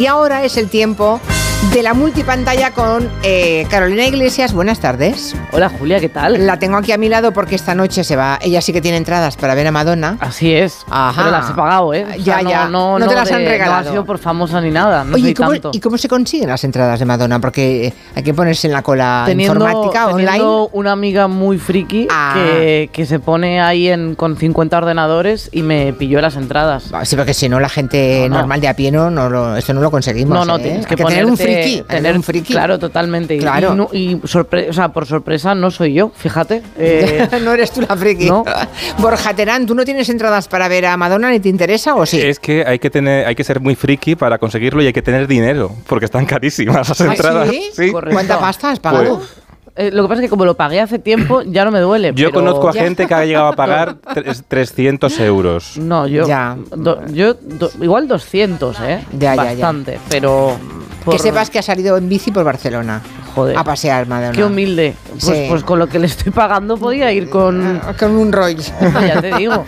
Y ahora es el tiempo de la multipantalla con eh, Carolina Iglesias. Buenas tardes. Hola Julia, ¿qué tal? La tengo aquí a mi lado porque esta noche se va. Ella sí que tiene entradas para ver a Madonna. Así es. Ajá. Pero las he pagado, ¿eh? Ya, no, ya. No, No te las han regalado. No ha sido por famosa ni nada. No Oye, soy ¿y cómo, tanto. y cómo se consiguen las entradas de Madonna? Porque eh, hay que ponerse Ah, en la cola informática online. teniendo una amiga muy friki Ah. que, que se pone ahí en, con 50 ordenadores y me pilló las entradas. Ah, Sí, porque si no, la gente No, no. normal de a pie no, no lo, esto no lo conseguimos. No, no, ¿eh? tienes Hay que, tener un ponerte- friki. hay que tener- tener un friki. Claro, totalmente. Y- Claro. Y, no- y sorpre- o sea, por sorpresa no soy yo, fíjate. Eh, no eres tú la friki. no. Borja Terán, ¿tú no tienes entradas para ver a Madonna ni te interesa o sí? Es que hay que tener, hay que ser muy friki para conseguirlo y hay que tener dinero, porque están carísimas las ¿Ah, entradas. sí? Sí. Correcto. ¿Cuánta pasta has pagado? Pues, eh, lo que pasa es que como lo pagué hace tiempo, ya no me duele. Yo pero- conozco a gente que ha llegado a pagar tres- 300 euros. No, yo. Ya. do- yo do- igual 200, ¿eh? Ya, ya, ya. Bastante, pero. por- Que sepas que ha salido en bici por Barcelona. Joder. A pasear, Madonna. Qué humilde. Pues, Sí. pues con lo que le estoy pagando podía ir con. Ah, Con un Rolls. ya te digo.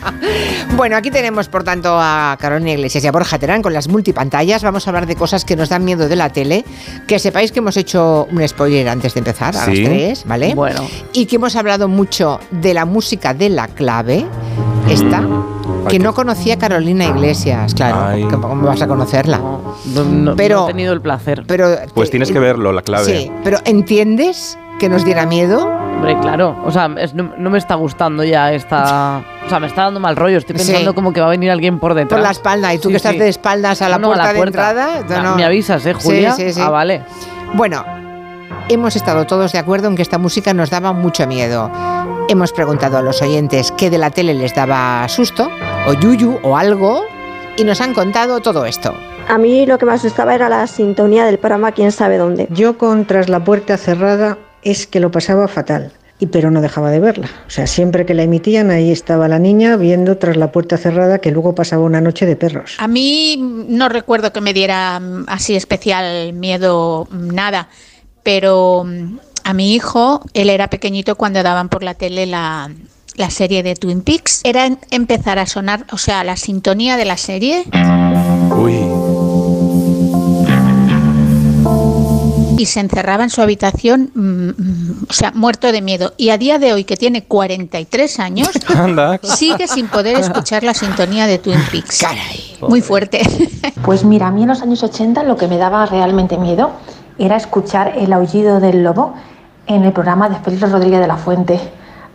Bueno, aquí tenemos por tanto a Carolina Iglesias y a Borja Terán con las multipantallas. Vamos a hablar de cosas que nos dan miedo de la tele. Que sepáis que hemos hecho un spoiler antes de empezar, a Sí. las 3, ¿vale? Bueno. Y que hemos hablado mucho de la música de la clave, esta, que Ay, no qué- conocía Carolina Iglesias, claro. Mm. Ay. que- ¿Cómo vas a conocerla? No, no- no- Pero- no he tenido el placer. Pero Pues te- tienes que verlo, la clave. Sí, pero ¿entiendes que nos diera miedo? Hombre, claro. O sea, es- no, no me está gustando ya esta. O sea, me está dando mal rollo. Estoy Sí. pensando como que va a venir alguien por detrás. Por la espalda, y tú Sí, que estás sí. de espaldas a la, No, no, puerta, puerta. de entrada. Ah, no. Me avisas, ¿eh, Sí, Julia? sí, sí. Ah, vale. Bueno, hemos estado todos de acuerdo en que esta música nos daba mucho miedo. Hemos preguntado a los oyentes qué de la tele les daba susto, o yuyu, o algo, y nos han contado todo esto. A mí lo que me asustaba era la sintonía del programa Quién sabe dónde. Yo con Tras la puerta cerrada es que lo pasaba fatal, y pero no dejaba de verla. O sea, siempre que la emitían ahí estaba la niña viendo Tras la puerta cerrada que luego pasaba una noche de perros. A mí no recuerdo que me diera mm, así especial miedo mm, nada, pero mm, a mi hijo, él era pequeñito cuando daban por la tele la, la serie de Twin Peaks, era en- empezar a sonar, o sea, la sintonía de la serie Uy, y se encerraba en su habitación, mm, mm, o sea, muerto de miedo. Y a día de hoy, que tiene 43 años, anda. sigue sin poder escuchar la sintonía de Twin Peaks. Muy fuerte. Pues mira, a mí en los años 80 lo que me daba realmente miedo era escuchar el aullido del lobo en el programa de Félix Rodríguez de la Fuente.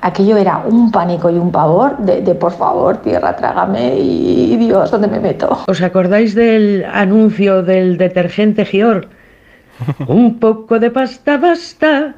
Aquello era un pánico y un pavor de, de, por favor, tierra, trágame y Dios, ¿dónde me meto? ¿Os acordáis del anuncio del detergente Gior? Un poco de pasta basta.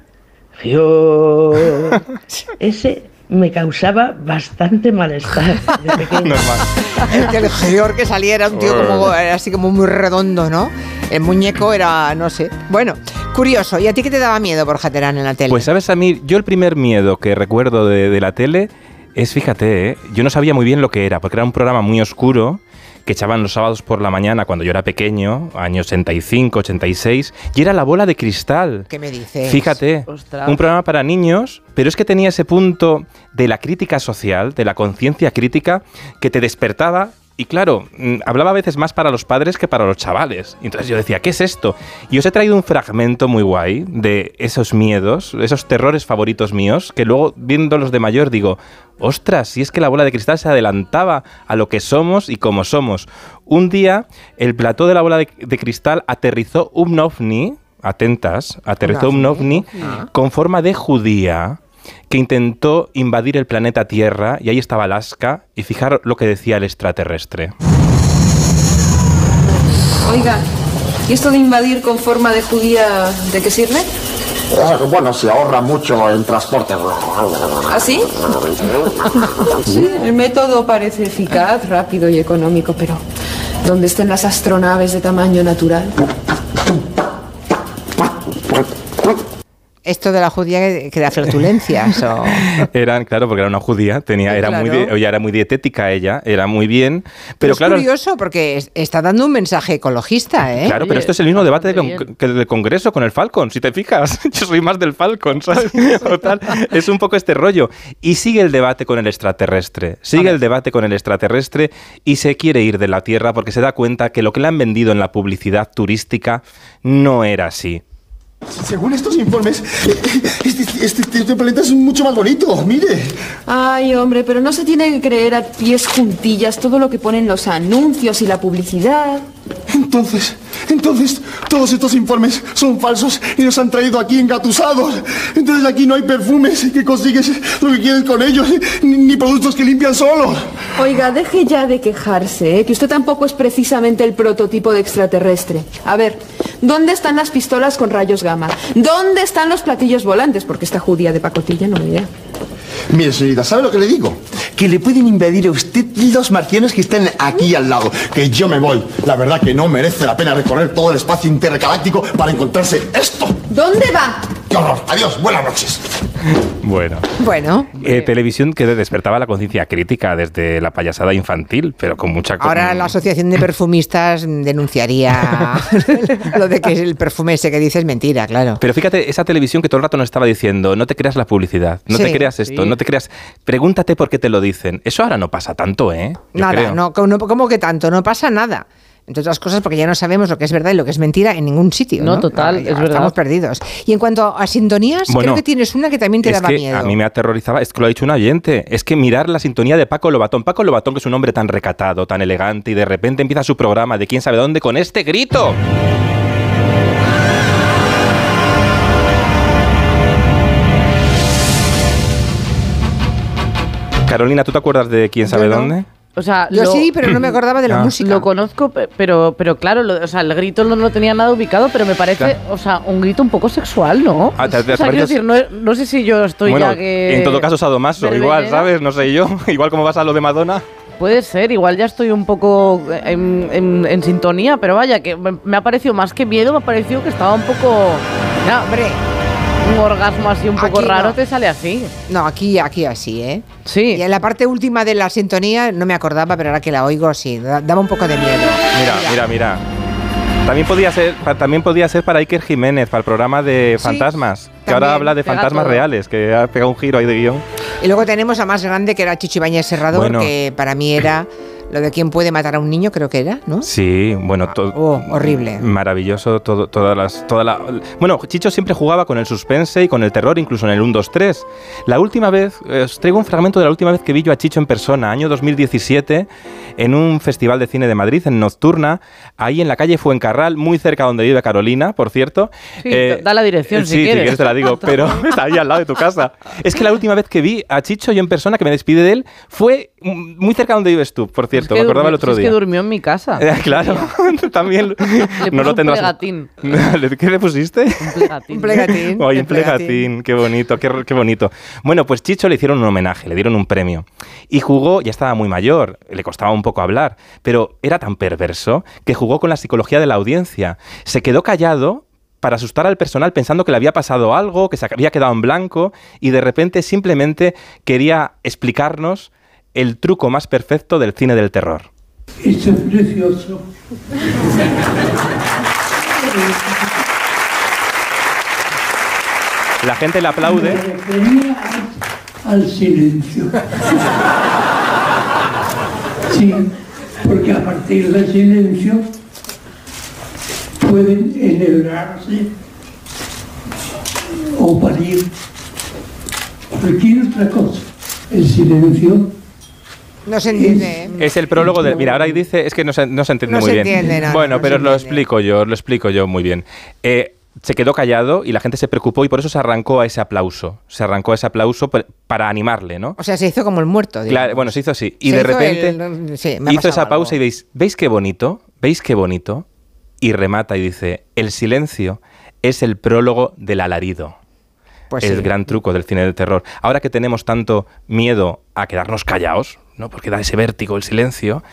Gior. Ese me causaba bastante malestar de pequeño. Normal. Que el señor que saliera un tío como, eh, así como muy redondo, ¿no? El muñeco era, no sé. Bueno, curioso. ¿Y a ti qué te daba miedo, Borja Terán, en la tele? Pues sabes, a mí, yo el primer miedo que recuerdo de, de la tele es, fíjate, ¿eh? yo no sabía muy bien lo que era, porque era un programa muy oscuro que echaban los sábados por la mañana cuando yo era pequeño, año 85, 86, y era la bola de cristal. ¿Qué me dices? Fíjate, Ostras. un programa para niños, pero es que tenía ese punto de la crítica social, de la conciencia crítica, que te despertaba. Y claro, mm, hablaba a veces más para los padres que para los chavales. Y Entonces yo decía, ¿qué es esto? Y os he traído un fragmento muy guay de esos miedos, esos terrores favoritos míos, que luego viéndolos de mayor digo, ostras, si es que la bola de cristal se adelantaba a lo que somos y cómo somos. Un día, el plató de la bola de, de cristal aterrizó un ovni, atentas, aterrizó un ovni Ah. con forma de judía que intentó invadir el planeta Tierra y ahí estaba Alaska y fijar lo que decía el extraterrestre. Oiga, ¿y esto de invadir con forma de judía, de qué sirve? Eh, bueno, se ahorra mucho en transporte. ¿Así? ¿Ah, Sí, el método parece eficaz, rápido y económico, pero ¿dónde estén las astronaves de tamaño natural? Esto de la judía que que da flatulencias. o- Eran, claro, porque era una judía, tenía, era, muy, claro. di- ella era muy dietética ella, era muy bien, pero, Pero es claro, curioso porque es- está dando un mensaje ecologista, ¿eh? Claro, pero esto es el mismo debate de con- que del Congreso con el Falcon, si te fijas. Yo soy más del Falcon, ¿sabes? O tal. Es un poco este rollo. Y sigue el debate con el extraterrestre. Sigue el debate con el extraterrestre y se quiere ir de la Tierra porque se da cuenta que lo que le han vendido en la publicidad turística no era así. Según estos informes, este, este- este planeta es mucho más bonito, mire. Ay, hombre, pero no se tiene que creer a pies juntillas todo lo que ponen los anuncios y la publicidad. Entonces, entonces, todos estos informes son falsos y nos han traído aquí engatusados. Entonces aquí no hay perfumes que consigues lo que quieres con ellos, ni, ni productos que limpian solos. Oiga, deje ya de quejarse, ¿eh? que usted tampoco es precisamente el prototipo de extraterrestre. A ver, ¿dónde están las pistolas con rayos gamma? ¿Dónde están los platillos volantes? Porque esta judía de pacotilla no me idea. Mire, señorita, ¿sabe lo que le digo? Que le pueden invadir a usted los marcianos que están aquí al lado. Que yo me voy. La verdad que no merece la pena recorrer todo el espacio intergaláctico para encontrarse esto. ¿Dónde va? ¡Qué horror! Adiós, buenas noches. Bueno. Bueno, Eh, televisión que despertaba la conciencia crítica desde la payasada infantil, pero con mucha... co- ahora la Asociación de Perfumistas denunciaría lo de que el perfume ese que dices es mentira, claro. Pero fíjate, esa televisión que todo el rato nos estaba diciendo, no te creas la publicidad, no te Sí. creas esto, Sí. no te creas... Pregúntate por qué te lo dicen. Eso ahora no pasa tanto, ¿eh? Yo nada, creo. no, como- como que tanto, no pasa nada. Entre otras cosas, porque ya no sabemos lo que es verdad y lo que es mentira en ningún sitio. No, No, total, Ahora ya es verdad. Estamos perdidos. Y en cuanto a sintonías, Bueno, creo que tienes una que también te es daba que miedo. a mí me aterrorizaba, es que lo ha dicho un oyente, es que mirar la sintonía de Paco Lobatón, Paco Lobatón que es un hombre tan recatado, tan elegante y de repente empieza su programa de quién sabe dónde con este grito. Carolina, ¿tú te acuerdas de quién sabe dónde? O sea, Yo sí, pero no me acordaba de la Ah. música. Lo conozco, pe- pero, pero claro, lo- o sea, el grito no lo tenía nada ubicado, pero me parece, Claro. o sea, un grito un poco sexual, ¿no? Ah, te- te o sea, quiero pareces- decir, no, no sé si yo estoy bueno, ya que. en todo caso Sadomaso, Verbena. igual, ¿sabes? No sé yo, igual como vas a lo de Madonna. Puede ser, igual ya estoy un poco eh, en, en- en sintonía, pero vaya, que me, me ha parecido más que miedo, me ha parecido que estaba un poco. Ya, hombre, un orgasmo así un Aquí poco no. raro te sale así. No, aquí, aquí así, ¿eh? Sí. Y en la parte última de la sintonía no me acordaba, pero ahora que la oigo, sí, da- daba un poco de miedo. Mira, mira, mira. También podía ser, pa- también podía ser para Iker Jiménez, para el programa de Sí, fantasmas, que también, ahora habla de pega fantasmas todo. reales, que ha pegado un giro ahí de guión. Y luego tenemos a más grande, que era Chicho Ibañez Serrador, Bueno. que para mí era lo de quién puede matar a un niño, creo que era, ¿no? Sí, bueno, todo Oh, horrible. Maravilloso todo, todas las toda la Bueno, Chicho siempre jugaba con el suspense y con el terror incluso en el 1 2 3. La última vez eh, os traigo un fragmento de la última vez que vi yo a Chicho en persona, año 2017, en un festival de cine de Madrid en Nocturna, ahí en la calle Fuencarral, muy cerca donde vive Carolina, por cierto. Eh, Sí, da la dirección si sí, quieres. te la digo, pero está ahí al lado de tu casa. Es que la última vez que vi a Chicho yo en persona que me despide de él fue mm, muy cerca donde vives tú, por cierto, me acordaba durmió- el otro si día. Es que durmió en mi casa. Eh, claro, también Le no puse lo un tendrás. plegatín. ¿Le- ¿Qué le pusiste? Un plegatín. Un plegatín. Ay, un plegatín, qué bonito, qué, qué bonito. Bueno, pues Chicho le hicieron un homenaje, le dieron un premio. Y jugó, ya estaba muy mayor, le costaba un poco hablar, pero era tan perverso que jugó con la psicología de la audiencia. Se quedó callado para asustar al personal pensando que le había pasado algo, que se había quedado en blanco, y de repente simplemente quería explicarnos el truco más perfecto del cine del terror. Esto es precioso. La gente le aplaude. Me refería al silencio. Sí, porque a partir del silencio pueden enhebrarse o parir cualquier otra cosa. El silencio No se entiende, ¿eh? Es el prólogo de. Mira, ahora ahí dice. Es que no se, no se entiende No muy se bien. entiende, no, bueno, no pero se lo explico yo, lo explico yo muy bien. Eh, se quedó callado y la gente se preocupó y por eso se arrancó a ese aplauso. Se arrancó a ese aplauso pa- para animarle, ¿no? O sea, se hizo como el muerto. digamos. Claro, bueno, se hizo así. Y Se de hizo repente el- sí, me ha hizo pasado esa algo. pausa y veis, ¿veis qué bonito? ¿Veis qué bonito? Y remata y dice: El silencio es el prólogo del alarido. Pues el sí. gran truco del cine del terror. Ahora que tenemos tanto miedo a quedarnos callados, ¿no? Porque da ese vértigo, el silencio.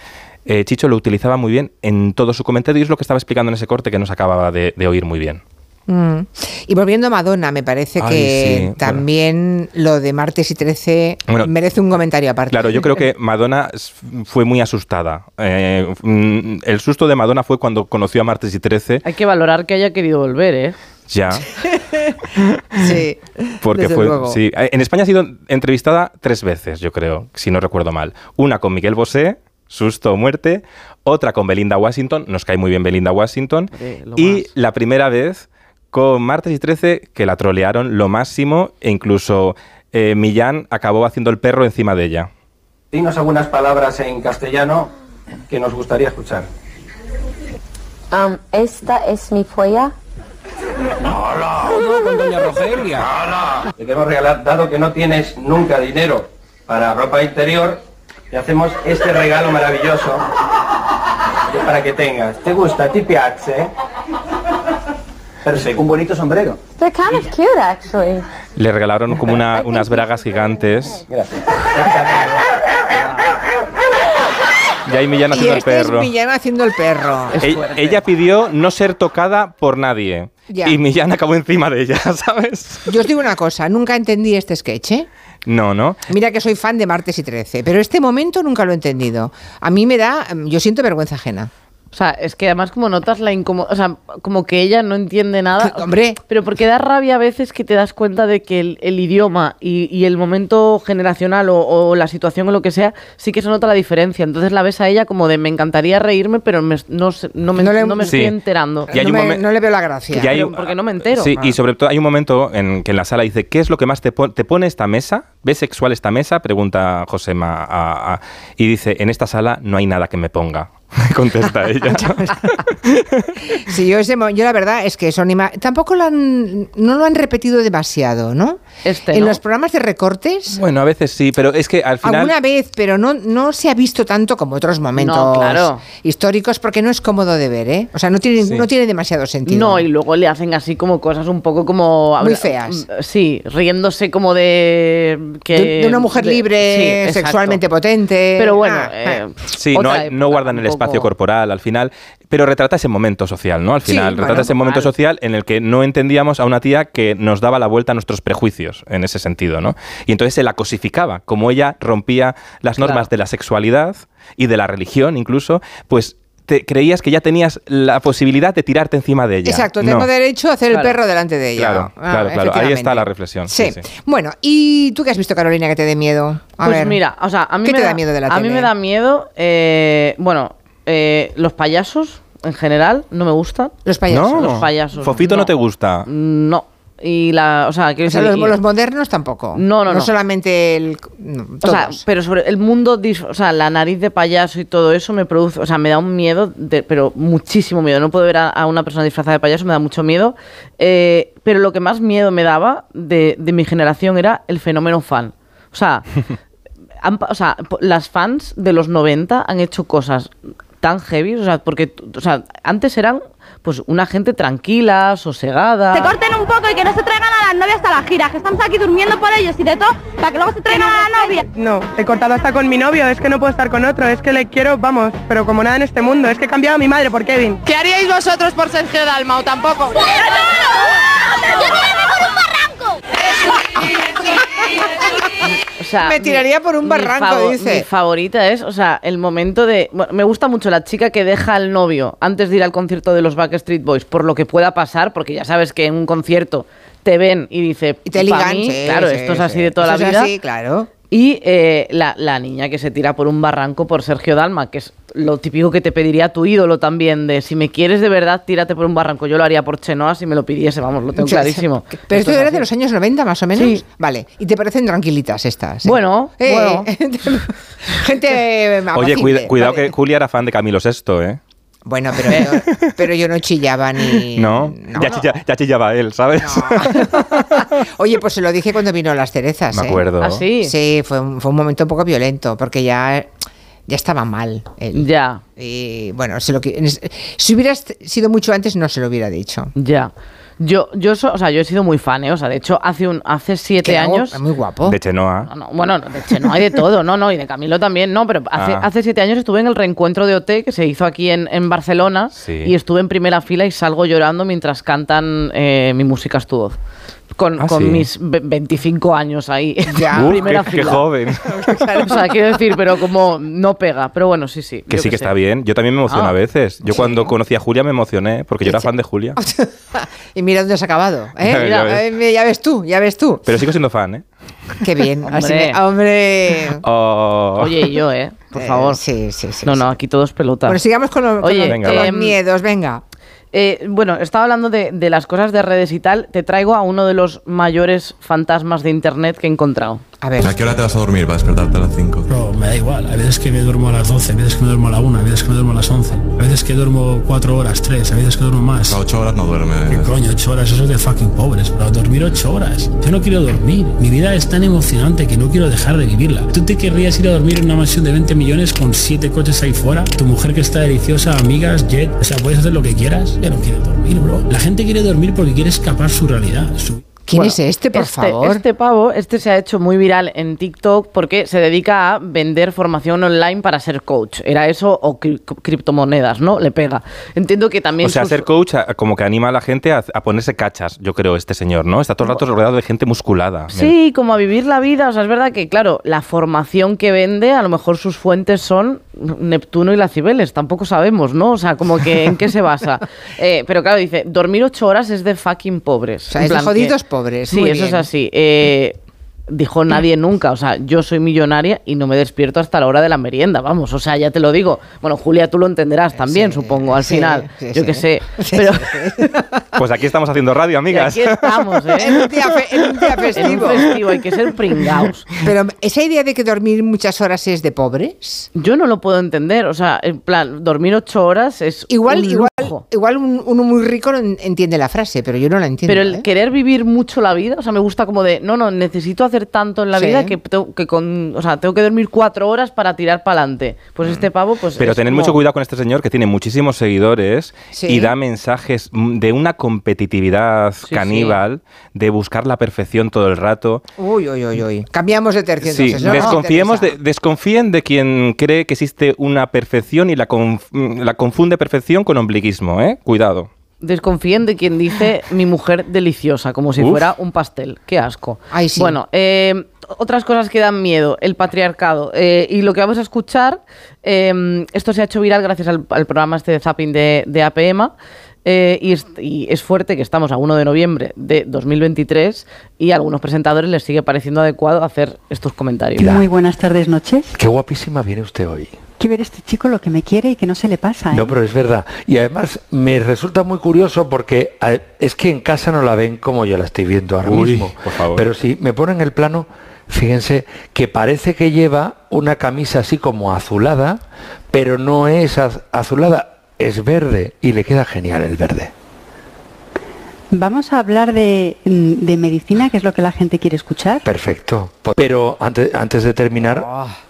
eh, Chicho lo utilizaba muy bien en todo su comentario y es lo que estaba explicando en ese corte que nos acababa de, de oír muy bien. Mm. Y volviendo a Madonna, me parece Ay, que sí, bueno. también lo de martes y 13 Bueno, merece un comentario aparte. Claro, yo creo que Madonna s- fue muy asustada. Eh, mm, el susto de Madonna fue cuando conoció a Martes y 13, Hay que valorar que haya querido volver, ¿eh? ya. Sí. Porque Desde fue. luego. sí. Eh, En España ha sido entrevistada tres veces, yo creo, si no recuerdo mal. Una con Miguel Bosé, Susto o Muerte. Otra con Belinda Washington, nos cae muy bien Belinda Washington. Hombre, lo Y la primera vez con Martes y 13, que la trolearon lo máximo, e incluso eh, Millán acabó haciendo el perro encima de ella. Dinos algunas palabras en castellano que nos gustaría escuchar. Am, esta es mi polla. ¡Hala! con doña Rogelia! ¡Hala! Te queremos regalar, dado que no tienes nunca dinero para ropa interior, te hacemos este regalo maravilloso que- para que tengas. ¿Te gusta? ¿Ti piace? Perfecto. Un bonito sombrero. They're kind of cute, actually. Le regalaron como una- unas bragas gigantes. Y ahí Millán Y haciendo el este es perro. Millán haciendo el perro. E- ella pidió no ser tocada por nadie. Ya. Y Millán acabó encima de ella, ¿sabes? Yo os digo una cosa, nunca entendí este sketch, ¿eh? No, no. Mira que soy fan de Martes y 13, pero este momento nunca lo he entendido. A mí me da, mm, yo siento vergüenza ajena. O sea, es que además como notas la incomodidad, o sea, como que ella no entiende nada. Hombre. Pero porque da rabia a veces que te das cuenta de que el, el idioma y, y el momento generacional o, o la situación o lo que sea, sí que se nota la diferencia. Entonces la ves a ella como de me encantaría reírme, pero me- no, sé- no me, No le- no me Sí. estoy enterando. Y hay No un me- momen- no le veo la gracia. Y hay- Pero porque no me entero. Ah. Sí, y sobre todo hay un momento en que en la sala dice, ¿qué es lo que más te, pon- te pone esta mesa? ¿Ves sexual esta mesa? Pregunta Josema. a- a- y dice, en esta sala no hay nada que me ponga. Contesta ella. Si yo, ese mo- yo la verdad es que son ima- tampoco lo han, no lo han repetido demasiado, ¿no? Este, en ¿no? los programas de recortes, bueno, a veces sí, pero es que al final... alguna vez, pero no, no se ha visto tanto como otros momentos No, claro. históricos porque no es cómodo de ver, ¿eh? O sea, no tiene, Sí. no tiene demasiado sentido. No, y luego le hacen así como cosas un poco como... Muy habla- mm, feas. Sí, riéndose como de... Que, de, de una mujer de- sí, libre, exacto. sexualmente potente. Pero bueno, Ah, eh, Sí, no, otra hay- no guardan el espacio corporal al final, pero retrata ese momento social, ¿no? Al Sí, final, retrata bueno, ese momento total. social en el que no entendíamos a una tía que nos daba la vuelta a nuestros prejuicios, en ese sentido, ¿no? Y entonces se la cosificaba, como ella rompía las normas de la sexualidad y de la religión incluso, pues te creías que ya tenías la posibilidad de tirarte encima de ella. Exacto, No. tengo derecho a hacer Claro. el perro delante de ella. Claro, Ah, claro, claro. Ahí efectivamente. está la reflexión. Sí. Sí, sí. Bueno, ¿y tú qué has visto, Carolina, que te dé miedo? A pues ver. mira, o sea, a mí ¿Qué me te da miedo de la A mí tele? me da miedo, eh, bueno, eh, los payasos en general no me gustan. Los No, Los payasos. Fofito no, te gusta. No. Y la, o sea, quiero O sea, decir, los, y- los modernos tampoco. No, no, no. solamente el. no, o sea, todos. pero sobre el mundo, dis- o sea, la nariz de payaso y todo eso me produce, o sea, me da un miedo, de- pero muchísimo miedo. No puedo ver a, a una persona disfrazada de payaso, me da mucho miedo. Eh, pero lo que más miedo me daba de, de mi generación era el fenómeno fan. O sea, han pa- o sea, po- las fans de los 90 han hecho cosas tan heavy, o sea, porque t- o sea, antes eran pues una gente tranquila, sosegada. Se corten un poco y que no se traigan a las novias a las giras, que estamos aquí durmiendo por ellos y de todo, para que luego se traigan a la novia. No, he cortado hasta con mi novio, es que no puedo estar con otro, es que le quiero, vamos, pero como nada en este mundo, es que he cambiado a mi madre por Kevin. ¿Qué haríais vosotros por Sergio Dalmau tampoco? O sea, Me tiraría por un mi barranco, dice. Mi favorita es, o sea, el momento de. bueno, me gusta mucho la chica que deja al novio antes de ir al concierto de los Backstreet Boys, por lo que pueda pasar, porque ya sabes que en un concierto te ven y dice. Y te "Pa' ligan. mí", sí, claro, sí, esto es sí. así de toda Eso la es vida. así, claro. Y eh, la, la niña que se tira por un barranco por Sergio Dalma, que es lo típico que te pediría tu ídolo también, de si me quieres de verdad, tírate por un barranco. Yo lo haría por Chenoa si me lo pidiese, vamos, lo tengo O sea, clarísimo. Pero esto es era así. de los años 90 más o menos. Sí. Vale. ¿Y te parecen tranquilitas estas? eh? Bueno, Eh, bueno. gente. eh, Oye, apacible, cuida- cuidado vale. que Julia era fan de Camilo VI, ¿eh? Bueno, pero yo, pero yo no chillaba ni. No, ya, chilla- ya chillaba él, ¿sabes? Oye, pues se lo dije cuando vino las cerezas. Me ¿eh? acuerdo. ¿Ah, sí? fue un, fue un momento un poco violento, porque ya ya estaba mal. él. Ya. Y bueno, se lo que- si hubiera est- sido mucho antes, no se lo hubiera dicho. Ya. Yo, yo, so- o sea, yo he sido muy fan, ¿eh? O sea, de hecho, hace, un, hace siete Que no, años... es muy guapo. De Chenoa. No, bueno, no, de Chenoa hay de todo, no, no, y de Camilo también, no, pero hace, Ah. hace siete años estuve en el reencuentro de OT que se hizo aquí en, en Barcelona Sí. y estuve en primera fila y salgo llorando mientras cantan eh, Mi música es tu voz. Con, Ah, con sí. mis ve- 25 años ahí en Uf, Ah, primera Uh, qué, qué fila. joven. O sea, quiero decir, pero como no pega, pero bueno, sí, sí. Que yo sí que sé. está bien. Yo también me emociono Ah. a veces. Yo cuando conocí a Julia me emocioné porque yo era fan de Julia. Y mira dónde has acabado. ¿eh? Ya ves, ya Mira, ves. eh, mira, ya ves tú, ya ves tú. Pero sigo siendo fan, ¿eh? Qué bien. Así Hombre. me- hombre. Oh. Oye, y yo, ¿eh? Por Eh, favor. sí, sí, sí. No, sí. no, aquí todo es pelota. Bueno, sigamos con, lo- con Oye, em, lo- Venga, con los va. miedos, venga. Eh, bueno, estaba hablando de, de las cosas de redes y tal. Te traigo a uno de los mayores fantasmas de internet que he encontrado. A ver. ¿A qué hora te vas a dormir? ¿Vas a despertarte a las 5? No, me da igual. Hay veces que me duermo a las 12, hay veces que me duermo a la 1, hay veces que me duermo a las 11, hay veces que duermo 4 horas, 3, hay veces que duermo más. A 8 horas no duerme. ¿Qué coño, 8 horas? Eso es de fucking pobres, pero dormir 8 horas. Yo no quiero dormir. Mi vida es tan emocionante que no quiero dejar de vivirla. ¿Tú te querrías ir a dormir en una mansión de 20 millones con 7 coches ahí fuera? Tu mujer que está deliciosa, amigas, jet. O sea, puedes hacer lo que quieras. Yo no quiero dormir, bro. La gente quiere dormir porque quiere escapar su realidad. Su... ¿Quién es este, por favor? Este pavo, este se ha hecho muy viral en TikTok porque se dedica a vender formación online para ser coach. Era eso o cri- criptomonedas, ¿no? Le pega. Entiendo que también... O sea, sus- ser coach a- como que anima a la gente a, a ponerse cachas, yo creo, este señor, ¿no? Está todo el rato rodeado de gente musculada. Sí, como a vivir la vida. O sea, es verdad que, claro, la formación que vende, a lo mejor sus fuentes son Neptuno y la Cibeles. Tampoco sabemos, ¿no? O sea, como que en qué se basa. Eh, pero claro, dice, dormir ocho horas es de fucking pobres. O sea, En es de plan eh, jodidos pobres, Sí, muy eso es bien. así. Eh, dijo nadie nunca. O sea, yo soy millonaria y no me despierto hasta la hora de la merienda. Vamos, o sea, ya te lo digo. Bueno, Julia, tú lo entenderás también, supongo, al Eh, sí, final. sí, yo sí. qué sé. Pero Pues aquí estamos haciendo radio, amigas. aquí estamos, ¿eh? En un día fe- en un día festivo. En un festivo, hay que ser pringaos. Pero esa idea de que dormir muchas horas es de pobres. Yo no lo puedo entender. O sea, en plan, dormir ocho horas es. Igual, un igual, lujo. igual un- uno muy rico no en- entiende la frase, pero yo no la entiendo. Pero el ¿eh? querer vivir mucho la vida, o sea, me gusta como de, no, no, necesito hacer tanto en la Sí. vida que, tengo, que con, o sea, tengo que dormir cuatro horas para tirar para adelante. Pues este pavo, pues. Pero es tened como- mucho cuidado con este señor que tiene muchísimos seguidores Sí. y da mensajes mm, de una competitividad caníbal, de buscar la perfección todo el rato. Uy, uy, uy, uy. Cambiamos de tercio Sí, entonces. ¿no? desconfiemos de- desconfíen de quien cree que existe una perfección y la, conf- mm, la confunde perfección con ombliguismo, ¿eh? Cuidado. Desconfíen de quien dice mi mujer deliciosa, como si Uf. fuera un pastel. Qué asco. Ay, sí. Bueno, eh, otras cosas que dan miedo, el patriarcado. Eh, y lo que vamos a escuchar, eh, esto se ha hecho viral gracias al, al programa este de Zapping de, de APM. eh, y, es, y es fuerte que estamos a 1 de noviembre de 2023 y a algunos presentadores les sigue pareciendo adecuado hacer estos comentarios. Muy buenas tardes, noches. Qué guapísima viene usted hoy. Quiero ver a este chico lo que me quiere y que no se le pasa. ¿eh? No, pero es verdad. Y además me resulta muy curioso porque a- es que en casa no la ven como yo la estoy viendo ahora Uy, mismo. Pero si me ponen el plano, fíjense que parece que lleva una camisa así como azulada, pero no es az- azulada, es verde y le queda genial el verde. Vamos a hablar de, de medicina, que es lo que la gente quiere escuchar. Perfecto. Pero antes, antes de terminar,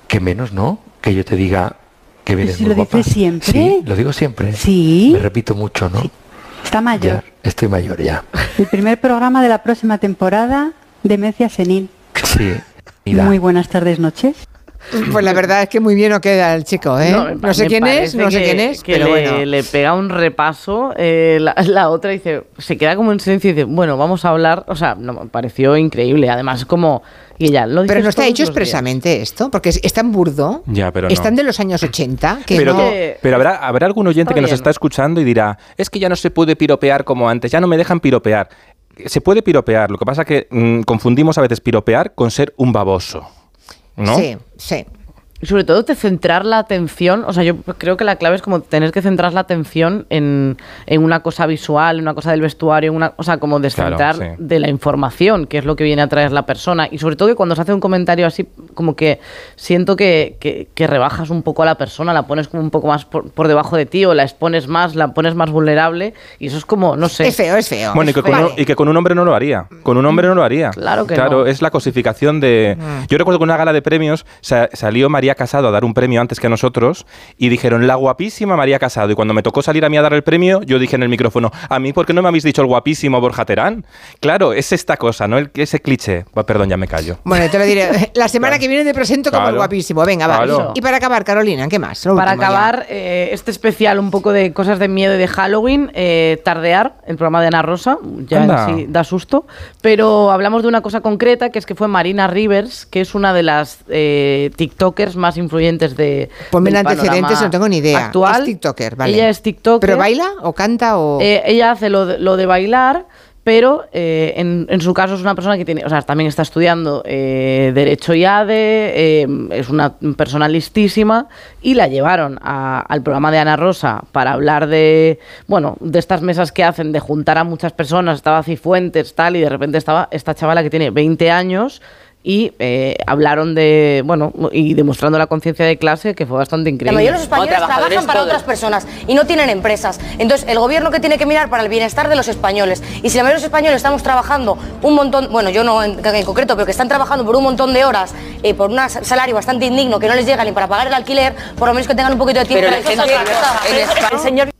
que menos, ¿no? Que yo te diga que vienes si muy lo guapa. dices siempre. Sí, lo digo siempre. Sí. Me repito mucho, ¿no? Está mayor. Ya, estoy mayor ya. El primer programa de la próxima temporada, Demencia Senil. Sí. Mira. Muy buenas tardes, noches. Pues la verdad es que muy bien no queda el chico, ¿eh? No, me- sé me quién es, parece no sé que- quién es, que pero le, bueno. le pega un repaso, eh, la, la otra dice, se queda como en silencio y dice, bueno, vamos a hablar, o sea, no, me pareció increíble, además como, y ella lo Pero dices no está todos hecho los días. expresamente esto, porque es, es tan burdo. Ya, pero no. Están de los años 80, que pero, no- pero habrá, habrá algún oyente Está que nos bien. está escuchando y dirá, es que ya no se puede piropear como antes, ya no me dejan piropear. Se puede piropear, lo que pasa que mm, confundimos a veces piropear con ser un baboso. ¿No? Sí, sí. Y sobre todo te centrar la atención, o sea, yo creo que la clave es como tener que centrar la atención en, en una cosa visual, en una cosa del vestuario, en una, o sea, como descentrar Claro, sí. de la información, que es lo que viene a traer la persona. Y sobre todo que cuando se hace un comentario así, como que siento que, que- que rebajas un poco a la persona, la pones como un poco más por, por debajo de ti o la expones más, la pones más vulnerable y eso es como, no sé. Es feo, es feo. Bueno, y que, con un, y que con un hombre no lo haría. Con un hombre no lo haría. Claro que Claro, no. Mm. es la cosificación de... Yo recuerdo que en una gala de premios sa- salió María María Casado a dar un premio antes que nosotros y dijeron, la guapísima María Casado. Y cuando me tocó salir a mí a dar el premio, yo dije en el micrófono, a mí, ¿por qué no me habéis dicho el guapísimo Borja Terán? Claro, es esta cosa, ¿no? El- ese cliché. Bueno, perdón, ya me callo. Bueno, te lo diré. La semana que viene te presento como el Claro. guapísimo. Venga, va. Claro. Y para acabar, Carolina, ¿qué más? Lo Para último ya. acabar eh, este especial un poco de cosas de miedo y de Halloween, eh, Tardear, el programa de Ana Rosa, ya Anda. en sí da susto, pero hablamos de una cosa concreta que es que fue Marina Rivers, que es una de las eh, TikTokers más influyentes de... Ponme en del Pues antecedentes, panorama no tengo ni idea. Actual. Es TikToker, vale. Ella es TikToker. ¿Pero baila o canta o...? Eh, ella hace lo de, lo de bailar, pero eh, en, en su caso es una persona que tiene, o sea, también está estudiando eh, Derecho y ADE, eh, es una persona listísima y la llevaron a- al programa de Ana Rosa para hablar de, bueno, de estas mesas que hacen, de juntar a muchas personas, estaba Cifuentes, tal, y de repente estaba esta chavala que tiene 20 años. Y eh, hablaron de, bueno, y demostrando la conciencia de clase, que fue bastante La increíble. mayoría de los españoles trabajan para otras personas y no tienen empresas. Entonces, el gobierno que tiene que mirar para el bienestar de los españoles. Y si la mayoría de los españoles estamos trabajando un montón, bueno, yo no en, en concreto, pero que están trabajando por un montón de horas, eh, por un salario bastante indigno que no les llega ni para pagar el alquiler, por lo menos que tengan un poquito de tiempo Pero la para gente cosas en que les gustan. España-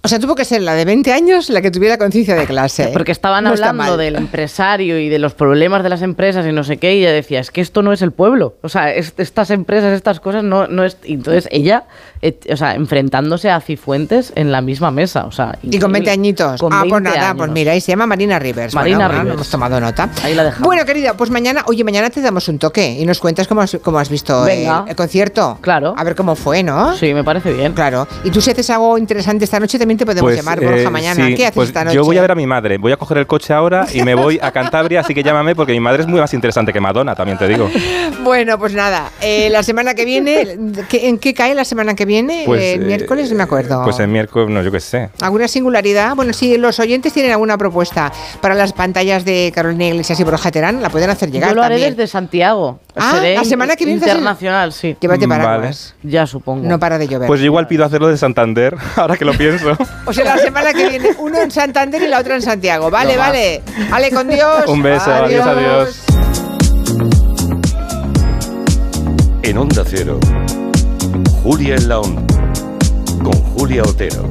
O sea, tuvo que ser la de 20 años la que tuviera conciencia de clase. ¿eh? ¿Eh? Porque estaban No está hablando mal. del empresario y de los problemas de las empresas y no sé qué, y ella decía, es que esto no es el pueblo. O sea, es- estas empresas, estas cosas, no, no es... y Entonces ella, eh, o sea, enfrentándose a Cifuentes en la misma mesa, o sea... Y con 20 añitos. Con ah, 20 pues nada, pues años. mira, y se llama Marina Rivers. Marina Bueno, Rivers. Hemos tomado nota. Ahí la dejamos. Bueno, querida, pues mañana, oye, mañana te damos un toque y nos cuentas cómo has, cómo has visto eh, Venga. el, el concierto. Claro. A ver cómo fue, ¿no? Sí, me parece bien. Claro. Y tú si haces algo interesante esta noche también te podemos Pues, llamar, Borja, eh, mañana. sí, ¿Qué haces pues esta noche? Yo voy a ver a mi madre, voy a coger el coche ahora y me voy a Cantabria, así que llámame porque mi madre es muy más interesante que Madonna, también te digo. Bueno, pues nada, eh, la semana que viene, ¿qué- ¿en qué cae la semana que viene? Pues, Eh, eh, miércoles, no me acuerdo. Pues el miércoles, no, yo qué sé. ¿Alguna singularidad? Bueno, si los oyentes tienen alguna propuesta para las pantallas de Carolina Iglesias y Borja Terán, la pueden hacer llegar Yo lo haré también. desde Santiago. Ah, Seré la semana que viene estás en- Internacional, sí. Llévate paraguas. Ya supongo. No para de llover. Pues yo igual pido hacerlo de Santander, ahora que lo pienso. O sea, la semana que viene, uno en Santander y la otra en Santiago. Vale, No más. vale. Vale, con Dios. Un beso, adiós, adiós. En Onda Cero, Julia en la Onda, con Julia Otero.